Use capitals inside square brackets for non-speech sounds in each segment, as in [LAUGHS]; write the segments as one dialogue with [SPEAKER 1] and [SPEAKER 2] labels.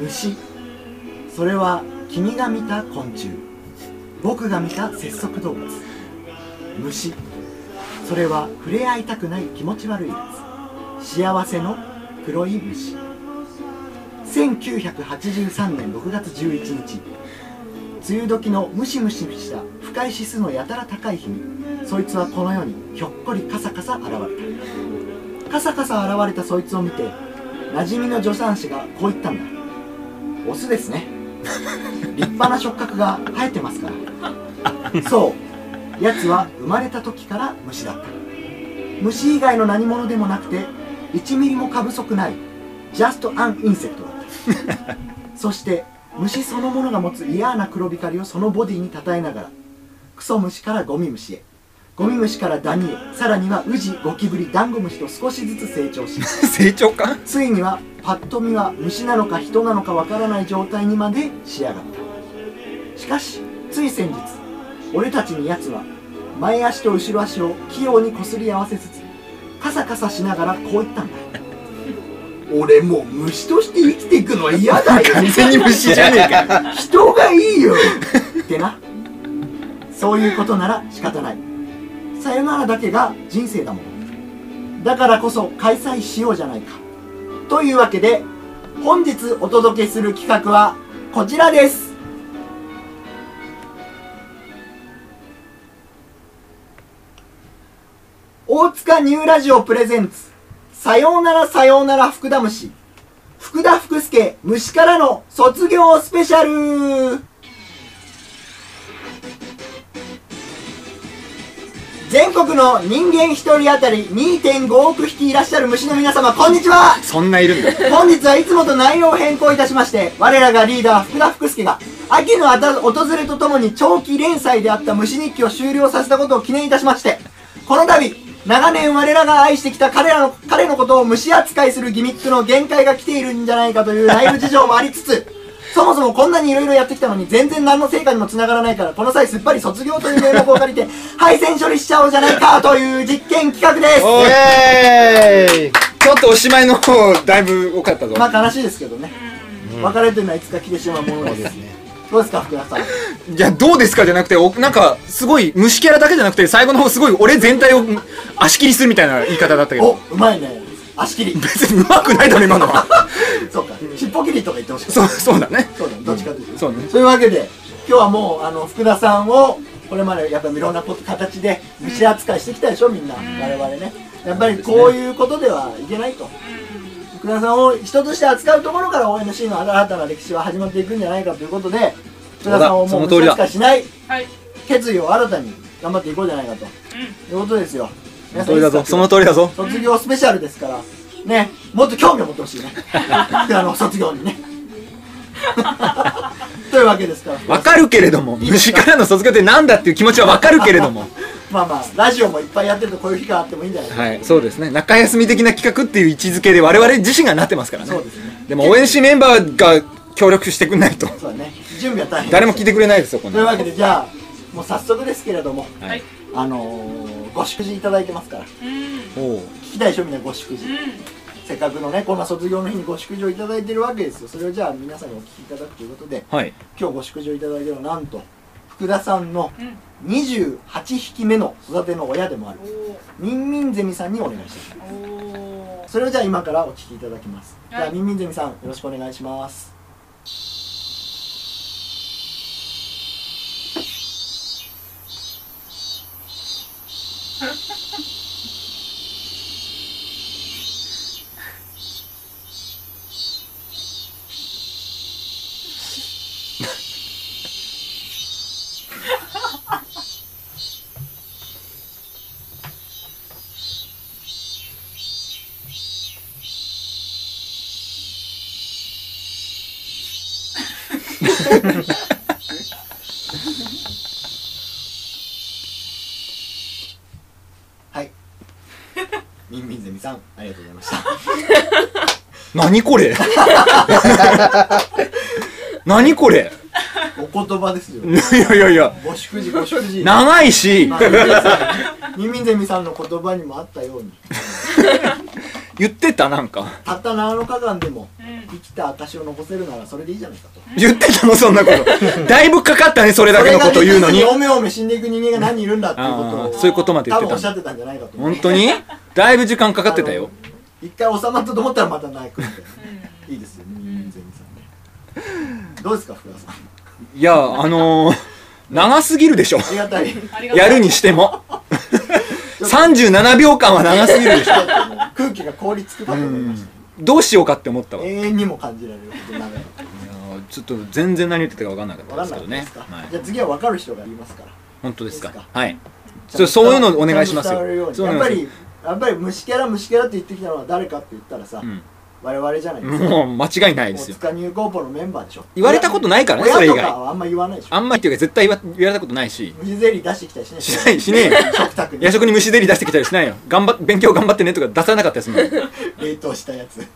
[SPEAKER 1] 虫それは君が見た昆虫僕が見た節足動物虫それは触れ合いたくない気持ち悪いやつ幸せの黒い虫1983年6月11日梅雨時のムシムシした不快指数のやたら高い日にそいつはこの世にひょっこりカサカサ現れたカサカサ現れたそいつを見て馴染みの助産師がこう言ったんだオスですね立派な触覚が生えてますからそうやつは生まれた時から虫だった虫以外の何者でもなくて1ミリも過不足ないジャスト・アン・インセクトだったそして虫そのものが持つ嫌な黒光りをそのボディにたたえながらクソ虫からゴミ虫へゴミ虫からダニへさらにはウジゴキブリダンゴムシと少しずつ成長し
[SPEAKER 2] [LAUGHS] 成長か
[SPEAKER 1] ついにはパッと見は虫なのか人なのかわからない状態にまで仕上がったしかしつい先日俺たちに奴は前足と後ろ足を器用にこすり合わせつつカサカサしながらこう言ったんだ俺もう虫として生きていくのは嫌だよ
[SPEAKER 2] 完全に虫じゃねえか
[SPEAKER 1] 人がいいよってなそういうことなら仕方ないさよならだけが人生だもんだからこそ開催しようじゃないかというわけで本日お届けする企画はこちらです大塚ニューラジオプレゼンツさようならさようなら福田虫福田福助虫からの卒業スペシャル全国の人間一人当たり2.5億匹いらっしゃる虫の皆様こんにちは
[SPEAKER 2] [LAUGHS] そんないるんだ
[SPEAKER 1] 本日はいつもと内容を変更いたしまして我らがリーダー福田福助が秋のあた訪れとともに長期連載であった虫日記を終了させたことを記念いたしましてこの度長年我らが愛してきた彼らの彼のことを虫扱いするギミックの限界が来ているんじゃないかという内部事情もありつつそもそもこんなにいろいろやってきたのに全然何の成果にもつながらないからこの際すっぱり卒業という名目を借りて配線処理しちゃおうじゃないかという実験企画です
[SPEAKER 2] おえいちょっとおしまいの方だいぶ多かったぞ
[SPEAKER 1] まあ悲しいですけどね、別れというのはいつか来てしまうものですどうですか福田さん
[SPEAKER 2] いやどうですかじゃなくておなんかすごい虫キャラだけじゃなくて最後の方すごい俺全体を足切りするみたいな言い方だったけ
[SPEAKER 1] お
[SPEAKER 2] ど
[SPEAKER 1] うまいね足切り
[SPEAKER 2] 別にうまくないだろ今の [LAUGHS] は
[SPEAKER 1] そうか尻尾切りとか言ってほしい
[SPEAKER 2] そうそうだね
[SPEAKER 1] そうだねどっちかというと、
[SPEAKER 2] そうね
[SPEAKER 1] そういうわけで今日はもうあの福田さんをこれまでやっぱりいろんなこと形で虫扱いしてきたでしょみんな我々ねやっぱりこういうことではいけないと福田さんを人として扱うところから ONC の新たな歴史は始まっていくんじゃないかということで福田さんをも
[SPEAKER 2] そうの通
[SPEAKER 1] 虫
[SPEAKER 2] りだ
[SPEAKER 1] 扱いしない
[SPEAKER 3] はい。
[SPEAKER 1] 決意を新たに頑張っていこうじゃないかと、いうことですよ
[SPEAKER 2] その通りだぞその
[SPEAKER 1] と
[SPEAKER 2] 通りだぞ
[SPEAKER 1] 卒業スペシャルですからねもっと興味を持ってほしいね
[SPEAKER 2] [LAUGHS]
[SPEAKER 1] あの卒業にね [LAUGHS] というわけですから
[SPEAKER 2] わかるけれども虫からの卒業ってなんだっていう気持ちはわかるけれども
[SPEAKER 1] [LAUGHS] まあまあラジオもいっぱいやってるとこういう日があってもいいんじゃないですか、
[SPEAKER 2] はいそうですね中休み的な企画っていう位置づけで我々自身がなってますからね
[SPEAKER 1] そうですね
[SPEAKER 2] でも応援しメンバーが協力してくんないと
[SPEAKER 1] そうだね準備は大変
[SPEAKER 2] 誰も聞いてくれないですよこん
[SPEAKER 1] とい
[SPEAKER 2] な
[SPEAKER 1] う
[SPEAKER 2] の
[SPEAKER 1] わけでじゃあもう早速ですけれども
[SPEAKER 2] は
[SPEAKER 3] はいい。
[SPEAKER 1] あのー、ご祝辞いただいてますから
[SPEAKER 3] うん。うん。
[SPEAKER 2] おう
[SPEAKER 1] 聞きたいでしょみんなご祝辞せっかくのねこんな卒業の日にご祝辞をいただいてるわけですよそれをじゃあ皆さんにお聞きいただくということで
[SPEAKER 2] はい
[SPEAKER 1] 今日ご祝辞をいただいてるのはなんと福田さんの
[SPEAKER 3] うん。
[SPEAKER 1] 28匹目の育ての親でもある
[SPEAKER 3] お
[SPEAKER 1] ミンミンゼミさんにお願いします
[SPEAKER 3] ーおー。
[SPEAKER 1] それをじゃあ今からお聞きいただきます、
[SPEAKER 3] はい
[SPEAKER 1] じゃあミンミンゼミさんよろしくお願いしますはい [LAUGHS] ミンミンゼミさんありがとうございました
[SPEAKER 2] 何
[SPEAKER 1] [LAUGHS]
[SPEAKER 2] これ何これ
[SPEAKER 1] お言葉ですよ
[SPEAKER 2] いやいやいや
[SPEAKER 1] ご祝辞ご祝辞
[SPEAKER 2] 長いし
[SPEAKER 1] まあミンミンゼミさんミンミンゼミさんの言葉にもあったように
[SPEAKER 2] 言ってたなんか
[SPEAKER 1] たった7日間でも
[SPEAKER 3] うん
[SPEAKER 1] 生きた証を残せるならそれでいいじゃないかと。
[SPEAKER 2] 言ってたのそんなことだいぶかかったねそれだけのこと言うのに
[SPEAKER 1] それがおめおめ死んでいく人間が何人いるんだっていうこと
[SPEAKER 2] あ
[SPEAKER 1] を
[SPEAKER 2] ーそういうことまで言ってた
[SPEAKER 1] 多分おっしゃってたんじゃないかと思う
[SPEAKER 2] 本当にだいぶ時間かかってたよ
[SPEAKER 1] あの一回収まったと思ったらまた泣くみたいないいですよね人間全員さんねどうですか福田さん
[SPEAKER 2] いやあのー、長すぎるでしょ
[SPEAKER 1] ありがた [LAUGHS] い
[SPEAKER 3] ありがとう
[SPEAKER 2] やるにし
[SPEAKER 1] [LAUGHS]
[SPEAKER 2] ても37秒間は長すぎ
[SPEAKER 1] [LAUGHS]
[SPEAKER 2] るでしょ
[SPEAKER 1] 空気が凍りつくかと思いまし
[SPEAKER 2] どうしようかって思っ
[SPEAKER 1] た
[SPEAKER 2] たわ
[SPEAKER 1] 永
[SPEAKER 2] いや
[SPEAKER 1] 遠にも感じられること長い
[SPEAKER 2] ーちょっと全然何言ってたか分かんなかっ
[SPEAKER 1] 分か
[SPEAKER 2] たで
[SPEAKER 1] ん
[SPEAKER 2] す
[SPEAKER 1] ないで
[SPEAKER 2] けどね
[SPEAKER 1] すか、
[SPEAKER 2] はい
[SPEAKER 1] じゃあ次は分かる人が言いますから
[SPEAKER 2] 本当ですか
[SPEAKER 1] いいです
[SPEAKER 2] はいそうそういうのお願いします
[SPEAKER 1] ち
[SPEAKER 2] よ
[SPEAKER 1] ゃんと伝わるように
[SPEAKER 2] そういう
[SPEAKER 1] や
[SPEAKER 2] の
[SPEAKER 1] っ
[SPEAKER 2] お
[SPEAKER 1] ぱ
[SPEAKER 2] 願いし
[SPEAKER 1] りやっぱり虫キャラ虫キャラって言ってきたのは誰かって言ったらさ、
[SPEAKER 2] うん
[SPEAKER 1] 我々じゃないですか
[SPEAKER 2] もう間違いないです
[SPEAKER 1] 大
[SPEAKER 2] よ
[SPEAKER 1] 塚入高校のメンバーでしょ
[SPEAKER 2] 言われたことないからね
[SPEAKER 1] 親
[SPEAKER 2] それ以
[SPEAKER 1] と
[SPEAKER 2] 外
[SPEAKER 1] かはあんま言わないでしょ
[SPEAKER 2] あんまりっていうか絶対言わ言われたことないし
[SPEAKER 1] 虫ゼリー出してきたりしないで
[SPEAKER 2] し
[SPEAKER 1] ょ
[SPEAKER 2] ないし
[SPEAKER 1] [LAUGHS]
[SPEAKER 2] ねえよ
[SPEAKER 1] 食卓に
[SPEAKER 2] 夜食に虫ゼリー出してきたりしないよ頑張っ勉強頑張ってねとか出さなかったですもん
[SPEAKER 1] [LAUGHS] 冷凍したやつ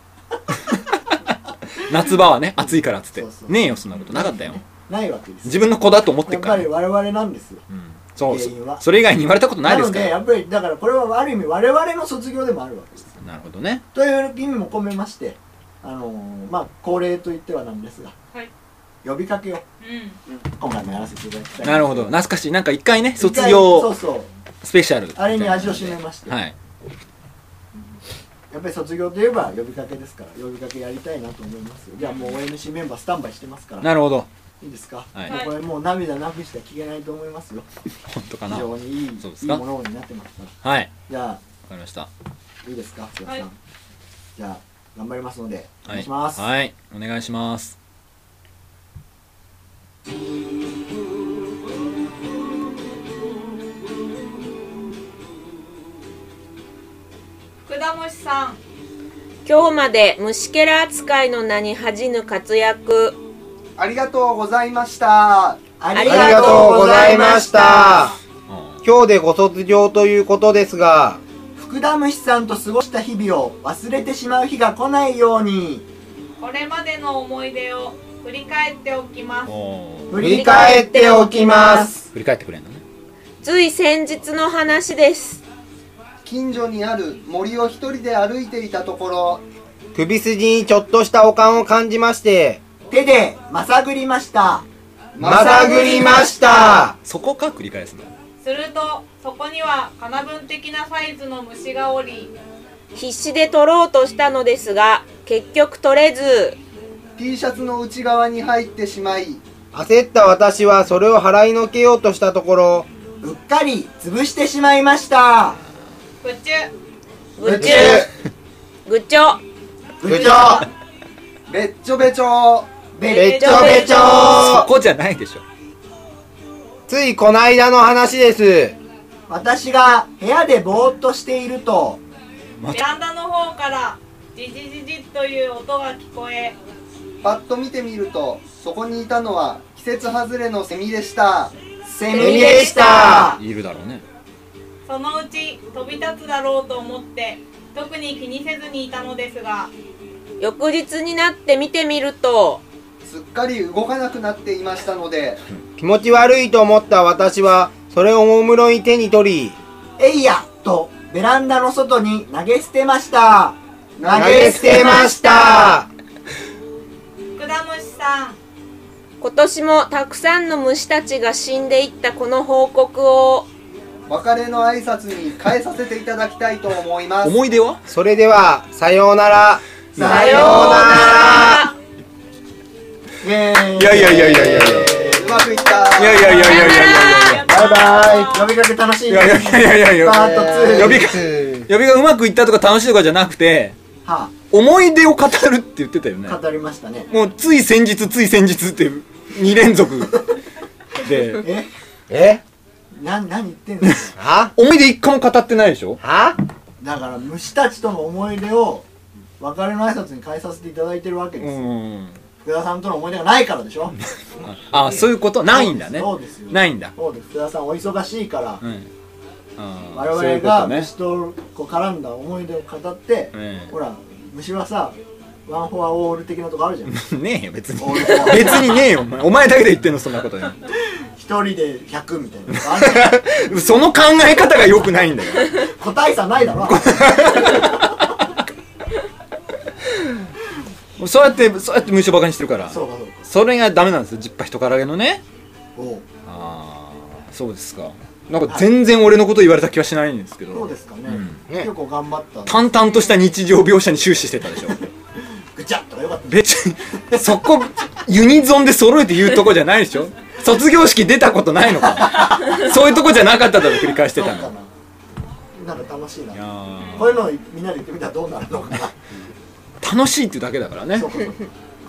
[SPEAKER 2] 夏場はね暑いからっつって
[SPEAKER 1] そうそう
[SPEAKER 2] ねえよそんなことなかったよ
[SPEAKER 1] ないわけです
[SPEAKER 2] 自分の子だと思って
[SPEAKER 1] や
[SPEAKER 2] っ
[SPEAKER 1] っ
[SPEAKER 2] か
[SPEAKER 1] ぱ
[SPEAKER 2] ら
[SPEAKER 1] り我々なんですよ
[SPEAKER 2] うんそうそ
[SPEAKER 1] 原因は
[SPEAKER 2] それ以外に言われたことない
[SPEAKER 1] な
[SPEAKER 2] で
[SPEAKER 1] の
[SPEAKER 2] すか
[SPEAKER 1] でや
[SPEAKER 2] ら
[SPEAKER 1] っぱりだからこれはある意味我々の卒業でもあるわけです
[SPEAKER 2] なるほどね
[SPEAKER 1] という意味も込めましてあのーまあ恒例と言ってはなんですが、
[SPEAKER 3] はい
[SPEAKER 1] 呼びかけを
[SPEAKER 3] うん
[SPEAKER 1] 今回もやらせていただきたい
[SPEAKER 2] なるほど懐かしいなんか一回ね
[SPEAKER 1] 一回
[SPEAKER 2] 卒
[SPEAKER 1] そう
[SPEAKER 2] 業
[SPEAKER 1] そう
[SPEAKER 2] スペシャル
[SPEAKER 1] あれに味を占めまして、
[SPEAKER 2] はい
[SPEAKER 1] やっぱり卒業といえば呼びかけですから呼びかけやりたいなと思いますよじゃあもう ONC メンバースタンバイしてますから
[SPEAKER 2] なるほど
[SPEAKER 1] いいですか、
[SPEAKER 2] はい
[SPEAKER 1] もうこれもう涙なくしては聞けないと思いますよ
[SPEAKER 2] 本当か
[SPEAKER 1] 非
[SPEAKER 2] な
[SPEAKER 1] 常にいいいい
[SPEAKER 2] そうですか
[SPEAKER 1] ものになってますから
[SPEAKER 2] はいわ
[SPEAKER 1] じゃあ
[SPEAKER 2] かりました
[SPEAKER 1] いいですか福田さん、
[SPEAKER 3] はい
[SPEAKER 1] じゃあ頑張りますのでお願
[SPEAKER 2] はい
[SPEAKER 1] します、
[SPEAKER 2] はいお願いします
[SPEAKER 3] 福田もしさん
[SPEAKER 4] 今日まで虫けら扱いの名に恥じぬ活躍
[SPEAKER 5] ありがとうございました。
[SPEAKER 1] あ
[SPEAKER 4] りが
[SPEAKER 5] とうございました
[SPEAKER 2] あ
[SPEAKER 5] 今日でご卒業ということですが、
[SPEAKER 1] 福田虫さんと過ごした日々を忘れてしまう日が来ないように
[SPEAKER 3] これまでの思い出を振り返っておきま
[SPEAKER 2] ー
[SPEAKER 3] す
[SPEAKER 2] おー
[SPEAKER 1] 振
[SPEAKER 5] り返っておきます
[SPEAKER 2] 振り返ってくれんのね
[SPEAKER 4] つい先日の話です
[SPEAKER 5] 近所にある森を一人で歩いていたところ、首筋にちょっとしたおかんを感じまして、
[SPEAKER 1] 手でまさぐりました
[SPEAKER 5] まさぐりました。
[SPEAKER 2] そこか繰り返すの
[SPEAKER 3] するとそこにはかなぶん的なサイズの虫がおり
[SPEAKER 4] 必死で取ろうとしたのですが結局取れず
[SPEAKER 5] T シャツの内側に入ってしまい、焦った私はそれを払いのけようとしたところ、
[SPEAKER 1] うっかり潰してしまいました
[SPEAKER 3] プチュ
[SPEAKER 4] ぐちゅぐちょ
[SPEAKER 1] 部
[SPEAKER 5] べっちょべちょ
[SPEAKER 1] べっちょ
[SPEAKER 4] べち
[SPEAKER 2] そこじゃないでしょ
[SPEAKER 5] ついこないだの話です。
[SPEAKER 1] 私が部屋でぼーっとしていると
[SPEAKER 2] ま
[SPEAKER 3] ベランダの方からジジジジという音が聞こえ
[SPEAKER 5] パッと見てみるとそこにいたのは季節外れのセミでした
[SPEAKER 1] セ
[SPEAKER 4] ミでした
[SPEAKER 2] いるだろうね
[SPEAKER 3] そのうち飛び立つだろうと思って特に気にせずにいたのですが
[SPEAKER 4] 翌日になって見てみると
[SPEAKER 5] すっかり動かなくなっていましたので気持ち悪いと思った私はそれをおもむろに手に取り
[SPEAKER 1] えいやとベランダの外に投げ捨てました
[SPEAKER 5] 投
[SPEAKER 1] げ
[SPEAKER 5] 捨てました
[SPEAKER 3] 福田虫さん
[SPEAKER 4] 今年もたくさんの虫たちが死んでいったこの報告を
[SPEAKER 5] 別れの挨拶に変えさせていただきたいと思いま
[SPEAKER 2] 思い出は
[SPEAKER 5] それではさようなら
[SPEAKER 1] さようなイエーイ
[SPEAKER 2] いやいやいやいやいやいや
[SPEAKER 5] うまくいった
[SPEAKER 2] いやいやいやいやいやいやいや
[SPEAKER 1] バイバイ呼びかけ楽しい
[SPEAKER 2] いやいやいやいやいや
[SPEAKER 1] パート2
[SPEAKER 2] 呼びか呼びがうまくいったとか楽しいとかじゃなくて
[SPEAKER 1] は
[SPEAKER 2] 思い出を語るって言ってたよね
[SPEAKER 1] あ、語りましたね
[SPEAKER 2] もうつい先日つい先日って2連続で
[SPEAKER 1] え
[SPEAKER 5] え
[SPEAKER 1] な何言って
[SPEAKER 2] [LAUGHS]
[SPEAKER 1] んの
[SPEAKER 5] は
[SPEAKER 2] 思い出一個も語ってないでしょ
[SPEAKER 5] は
[SPEAKER 1] だから虫たちとの思い出を別れの挨拶に変えさせていただいてるわけ
[SPEAKER 2] う
[SPEAKER 1] です、
[SPEAKER 2] ん
[SPEAKER 1] 福田さんとの思い出がないからでしょ
[SPEAKER 2] あそういうことないんだね
[SPEAKER 1] そうですよ
[SPEAKER 2] ないんだ
[SPEAKER 1] そうです福田さんお忙しいから、
[SPEAKER 2] うんあー
[SPEAKER 1] 我々
[SPEAKER 2] そういうこと
[SPEAKER 1] が
[SPEAKER 2] ね
[SPEAKER 1] 虫とこう絡んだ思い出を語って、
[SPEAKER 2] ええ
[SPEAKER 1] ほら虫はさワンフォアオール的なとこあるじゃん
[SPEAKER 2] ねえよ [LAUGHS] 別に
[SPEAKER 1] オールフォア
[SPEAKER 2] 別にねえよお前お前だけで言ってんのそんなこ
[SPEAKER 1] [LAUGHS]
[SPEAKER 2] とよ
[SPEAKER 1] 一人で100みたいなのがあるじゃん
[SPEAKER 2] [LAUGHS] その考え方が良くないんだよ
[SPEAKER 1] 個体差ないだろ
[SPEAKER 2] そうやってそうやって虫をバカにしてるから
[SPEAKER 1] そうかそうか
[SPEAKER 2] それがダメなんですよジッパ人からげのね
[SPEAKER 1] おう
[SPEAKER 2] ああそうですかなんか全然俺のこと言われた気はしないんですけど
[SPEAKER 1] そうですかね、
[SPEAKER 2] うん
[SPEAKER 5] ね
[SPEAKER 1] 結構頑張ったんで
[SPEAKER 2] 淡々とした日常描写に終始してたでしょ
[SPEAKER 1] ぐちゃっとかよかった
[SPEAKER 2] 別にそこユニゾンで揃えて言うとこじゃないでしょ卒業式出たことないのかそういうとこじゃなかっただろ繰り返してた
[SPEAKER 1] なん
[SPEAKER 2] の
[SPEAKER 1] かななんか楽しいない
[SPEAKER 2] やー
[SPEAKER 1] こういうのをみんなで言ってみたらどうなるの
[SPEAKER 2] [LAUGHS]
[SPEAKER 1] かな
[SPEAKER 2] 楽しいっていうだけだからね
[SPEAKER 1] そうかそうか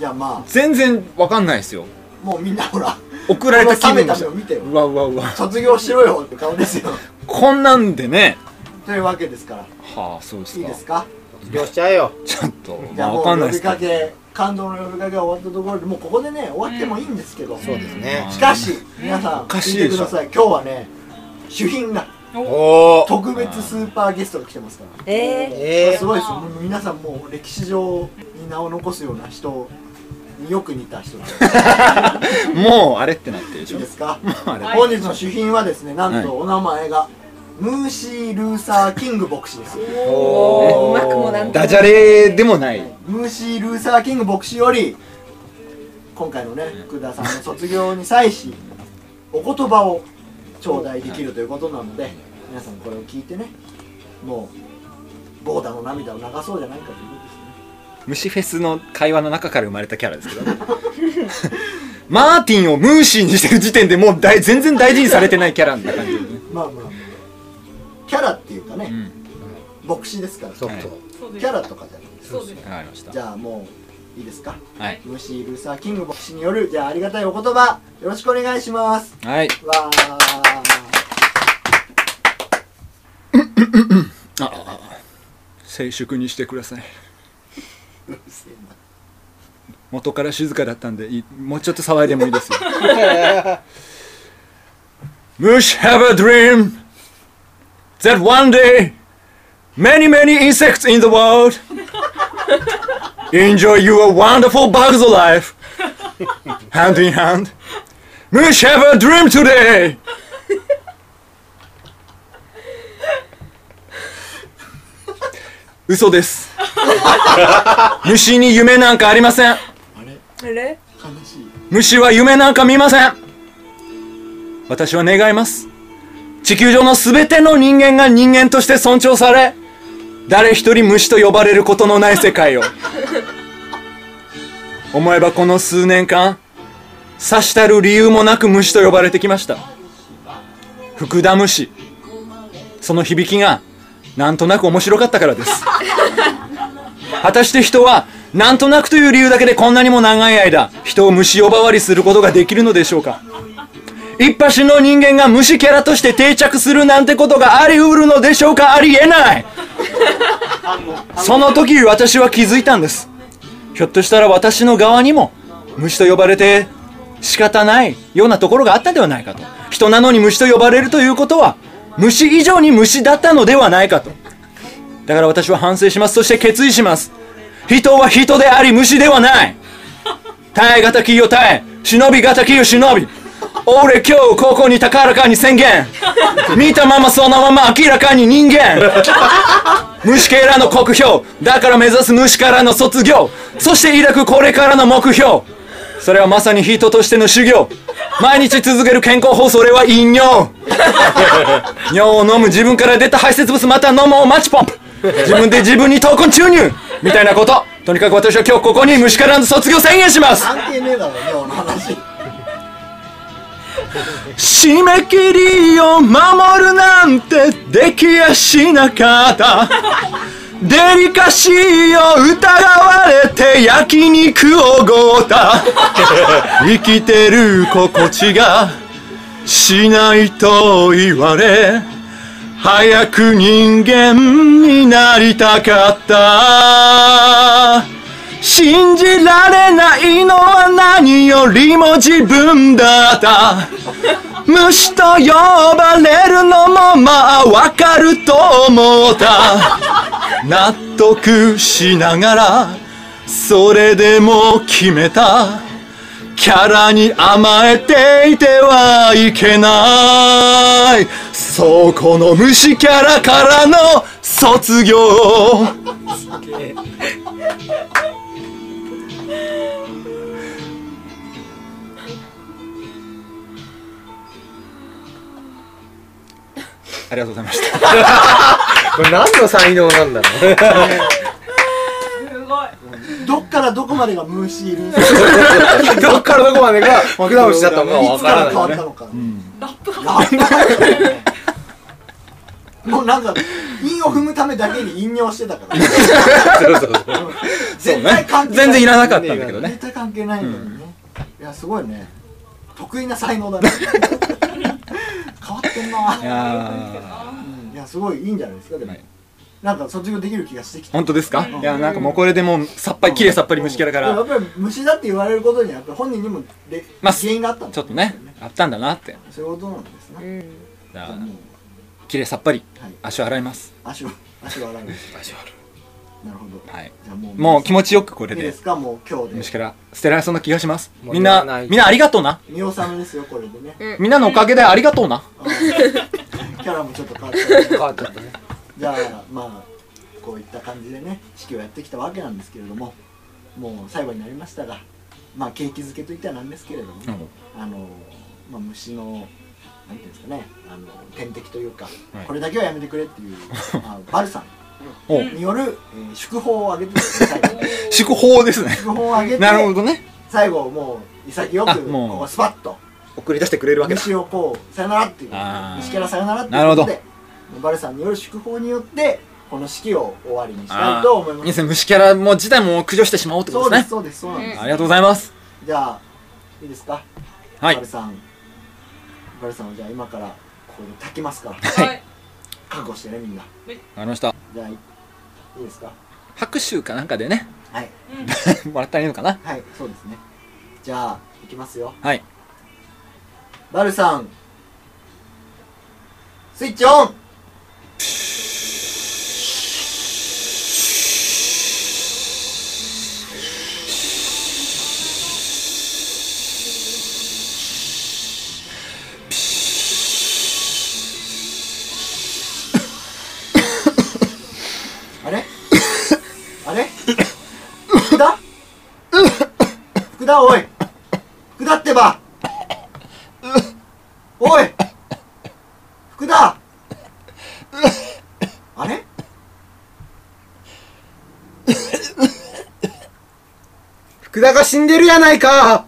[SPEAKER 1] じゃあま
[SPEAKER 2] 全然わかんないですよ
[SPEAKER 1] あもうみんなほ
[SPEAKER 2] [LAUGHS]
[SPEAKER 1] ら
[SPEAKER 2] 送られた気分でし
[SPEAKER 1] この冷めた目を見てよ
[SPEAKER 2] うわうわうわ
[SPEAKER 1] 卒業しろよって顔です
[SPEAKER 2] [LAUGHS]
[SPEAKER 1] よ
[SPEAKER 2] こんなんでね
[SPEAKER 1] というわけですから
[SPEAKER 2] はあそうです
[SPEAKER 1] いい
[SPEAKER 2] か
[SPEAKER 1] ですか
[SPEAKER 5] よっしゃえよ
[SPEAKER 2] ちょっと
[SPEAKER 1] じ
[SPEAKER 2] ま
[SPEAKER 1] ゃあ
[SPEAKER 2] あ
[SPEAKER 1] も
[SPEAKER 2] わ
[SPEAKER 1] う
[SPEAKER 2] かんない
[SPEAKER 1] 呼び
[SPEAKER 2] ですけ
[SPEAKER 1] か
[SPEAKER 2] ど
[SPEAKER 1] け感動の呼びかけが終わったところでもうここでね終わってもいいんですけど、
[SPEAKER 5] そうですね
[SPEAKER 1] しかし皆さん
[SPEAKER 2] おかしい
[SPEAKER 1] 聞いて
[SPEAKER 2] でしょ
[SPEAKER 1] ください今日はね主賓が
[SPEAKER 5] おお
[SPEAKER 1] 特別スーパーゲストが来てますからこ
[SPEAKER 4] え
[SPEAKER 5] え
[SPEAKER 1] れ
[SPEAKER 5] え
[SPEAKER 1] すごいですよ皆さんもう歴史上に名を残すような人によく似た人なんで
[SPEAKER 2] もうあれってなってるでし
[SPEAKER 1] いい
[SPEAKER 2] ょ
[SPEAKER 1] です
[SPEAKER 2] [LAUGHS]
[SPEAKER 1] か
[SPEAKER 2] もうあれ
[SPEAKER 3] はい
[SPEAKER 1] 本日の主賓はですねなん
[SPEAKER 2] は
[SPEAKER 1] とお名前がムーシー・ルーサー・キング牧師ですよ
[SPEAKER 4] ー、おーうまくもなんとも
[SPEAKER 2] ダジャレでもない
[SPEAKER 1] ムーシー・ルーサー・キング牧師より今回のね福田さんの卒業に際しお言葉を頂戴できるということなので皆さんこれを聞いてねもうボーダの涙を流そうじゃないかということですね
[SPEAKER 2] 虫フェスの会話の中から生まれたキャラですけど [LAUGHS] マーティンをムーシーにしてる時点でもう大全然大事にされてないキャラな感じでね、
[SPEAKER 1] まあまあまあキャラっていうか
[SPEAKER 2] う
[SPEAKER 1] ね、
[SPEAKER 2] ん、
[SPEAKER 1] 牧師ですから
[SPEAKER 5] そうそう
[SPEAKER 3] そうで
[SPEAKER 1] キ
[SPEAKER 3] す
[SPEAKER 1] ャラとかじゃないです
[SPEAKER 3] そうです
[SPEAKER 2] わかりました
[SPEAKER 1] じゃあもういいですか
[SPEAKER 2] はい、
[SPEAKER 1] ムーシー・ルーサー・キング牧師によるじゃあありがたいお言葉よろしくお願いします
[SPEAKER 2] はい、
[SPEAKER 1] わー
[SPEAKER 2] ああ静粛にしてくださいう
[SPEAKER 1] るせえな
[SPEAKER 2] 元から静かだったんでいいもうちょっと騒いでもいいですよ Mush have a dream that one day many many insects in the world enjoy your wonderful bugs life hand in hand Mush have a dream today [LAUGHS] 嘘です虫に夢なんかありません
[SPEAKER 4] あれ
[SPEAKER 1] 悲しい
[SPEAKER 2] 虫は夢なんか見ません私は願います地球上の全ての人間が人間として尊重され誰一人虫と呼ばれることのない世界を思えばこの数年間さしたる理由もなく虫と呼ばれてきました福田虫その響きがなんとなく面白かったからです果たして人はなんとなくという理由だけでこんなにも長い間人を虫呼ばわりすることができるのでしょうか一発の人間が虫キャラとして定着するなんてことがあり得るのでしょうかありえないその時私は気づいたんですひょっとしたら私の側にも虫と呼ばれて仕方ないようなところがあったではないかと人なのに虫と呼ばれるということは虫以上に虫だったのではないかとだから私は反省します。そして決意します。人は人であり虫ではない。耐えがたきよ耐え、忍びがたきよ忍び。俺今日ここに高らかに宣言。見たままそのまま明らかに人間。虫けらの酷評。だから目指す虫からの卒業。そして抱くこれからの目標。それはまさに人としての修行。毎日続ける健康法、それは飲尿。 [LAUGHS] 尿を飲む自分から出た排泄物また飲もうマッチポンプ自分で自分に闘魂注入みたいなこととにかく私は今日ここに虫からの卒業宣言します
[SPEAKER 1] 関係ねえだろね俺の話
[SPEAKER 2] 締め切りを守るなんてできやしなかったデリカシーを疑われて焼肉をごった生きてる心地がしないと言われ早く人間になりたかった信じられないのは何よりも自分だった虫と呼ばれるのもまあわかると思 [LAUGHS] った納得しながらそれでも決めたキャラに甘えていてはいけないそこの虫キャラからの卒業ありがとうございました
[SPEAKER 5] これ何の才能なんだろう
[SPEAKER 3] すごい
[SPEAKER 1] どっからどこまでが虫いるい
[SPEAKER 5] どっからどこまで [LAUGHS] が福田虫だったのかわ
[SPEAKER 1] つ
[SPEAKER 5] か
[SPEAKER 1] から
[SPEAKER 5] ら
[SPEAKER 1] 変わ
[SPEAKER 5] な
[SPEAKER 1] った
[SPEAKER 5] い、ね、
[SPEAKER 1] のか、
[SPEAKER 3] ラップが
[SPEAKER 1] あんなもうなんか韻を踏むためだけに引用してたから
[SPEAKER 5] そうそうそう
[SPEAKER 1] 絶対関係ない
[SPEAKER 2] 全然いらなかったんだけ
[SPEAKER 1] 絶
[SPEAKER 2] どね
[SPEAKER 1] 対関係ないのにね、いやすごいね得意な才能だね変わってんない
[SPEAKER 2] や
[SPEAKER 1] うんいやすごいいいんじゃないですかでも、
[SPEAKER 2] はい
[SPEAKER 1] なんか卒業できる気がしてきた
[SPEAKER 2] 本当ですかいやなんかもうこれでもうさっぱり綺麗さっぱり虫キャラか
[SPEAKER 1] や
[SPEAKER 2] ら
[SPEAKER 1] っぱり虫だって言われることにはやっぱり本人にもれ
[SPEAKER 2] まあ
[SPEAKER 1] 原因があったんだ
[SPEAKER 2] ちょっとねあったんだなって
[SPEAKER 1] そういうことなんです
[SPEAKER 4] う
[SPEAKER 1] ね、
[SPEAKER 4] ん
[SPEAKER 2] じゃ
[SPEAKER 1] じゃあ
[SPEAKER 2] あ
[SPEAKER 1] もう
[SPEAKER 2] 綺麗さっぱり
[SPEAKER 1] はい
[SPEAKER 2] 足を洗います
[SPEAKER 1] 足を足を洗う
[SPEAKER 5] 足を
[SPEAKER 1] な
[SPEAKER 5] 洗
[SPEAKER 1] るほど、
[SPEAKER 2] はい
[SPEAKER 1] じゃあもう
[SPEAKER 2] もう気持ちよくこ
[SPEAKER 1] い
[SPEAKER 2] れ
[SPEAKER 1] いで
[SPEAKER 2] です
[SPEAKER 1] かもう今日で
[SPEAKER 2] 虫キャラ捨てられそうな気がします
[SPEAKER 5] もう
[SPEAKER 2] みん
[SPEAKER 5] 言わな
[SPEAKER 2] ないみんなありがとうな
[SPEAKER 1] 見納めですよこれでね
[SPEAKER 2] みんなのおかげでありがとうな
[SPEAKER 1] あーキャラもちょっと変わっちゃって
[SPEAKER 5] 変わっちゃったね
[SPEAKER 1] じゃあまあこういった感じでね式をやってきたわけなんですけれどももう最後になりましたがまあ景気づけといってはなんですけれども、
[SPEAKER 2] うん
[SPEAKER 1] あの、まあ、虫のなんていうんですかねあの天敵というか、
[SPEAKER 2] はい
[SPEAKER 1] これだけはやめてくれっていう、まあ、バルさ
[SPEAKER 2] お
[SPEAKER 1] んによる、えー祝砲をあげてください
[SPEAKER 2] [LAUGHS] 祝砲ですね
[SPEAKER 1] 祝砲をあげて
[SPEAKER 2] なるほどね
[SPEAKER 1] 最後もう潔
[SPEAKER 2] あ
[SPEAKER 1] く
[SPEAKER 2] もう
[SPEAKER 1] こうスパッと
[SPEAKER 2] 送り出してくれるわけだ
[SPEAKER 1] 虫をこうさよならっていう
[SPEAKER 2] あー
[SPEAKER 1] 虫からさよならって
[SPEAKER 2] ないる
[SPEAKER 1] う
[SPEAKER 2] ほ
[SPEAKER 1] こと
[SPEAKER 2] ど
[SPEAKER 1] でバルさんによる祝砲によってこの式を終わりにしたいと思います
[SPEAKER 2] あー虫キャラも自体も駆除してしまおうってこ
[SPEAKER 1] そう
[SPEAKER 2] と
[SPEAKER 1] で
[SPEAKER 2] ですすね
[SPEAKER 1] そうですそうなんです、
[SPEAKER 2] ありがとうございます
[SPEAKER 1] じゃあいいですか、
[SPEAKER 2] はい
[SPEAKER 1] バルさんバルさんをじゃあ今からここで炊きますから
[SPEAKER 3] はい
[SPEAKER 1] 覚悟してねみんな
[SPEAKER 2] ありました
[SPEAKER 1] じゃあいいいですか
[SPEAKER 2] 拍手かなんかでね [LAUGHS]
[SPEAKER 1] はい
[SPEAKER 2] もらったらいいのかな
[SPEAKER 1] はいそうですねじゃあいきますよ
[SPEAKER 2] はい
[SPEAKER 1] バルさんスイッチオンあれあれ福田福田おい福田ってばおい [LAUGHS] 福田あれ
[SPEAKER 5] 福田が死んでるやないか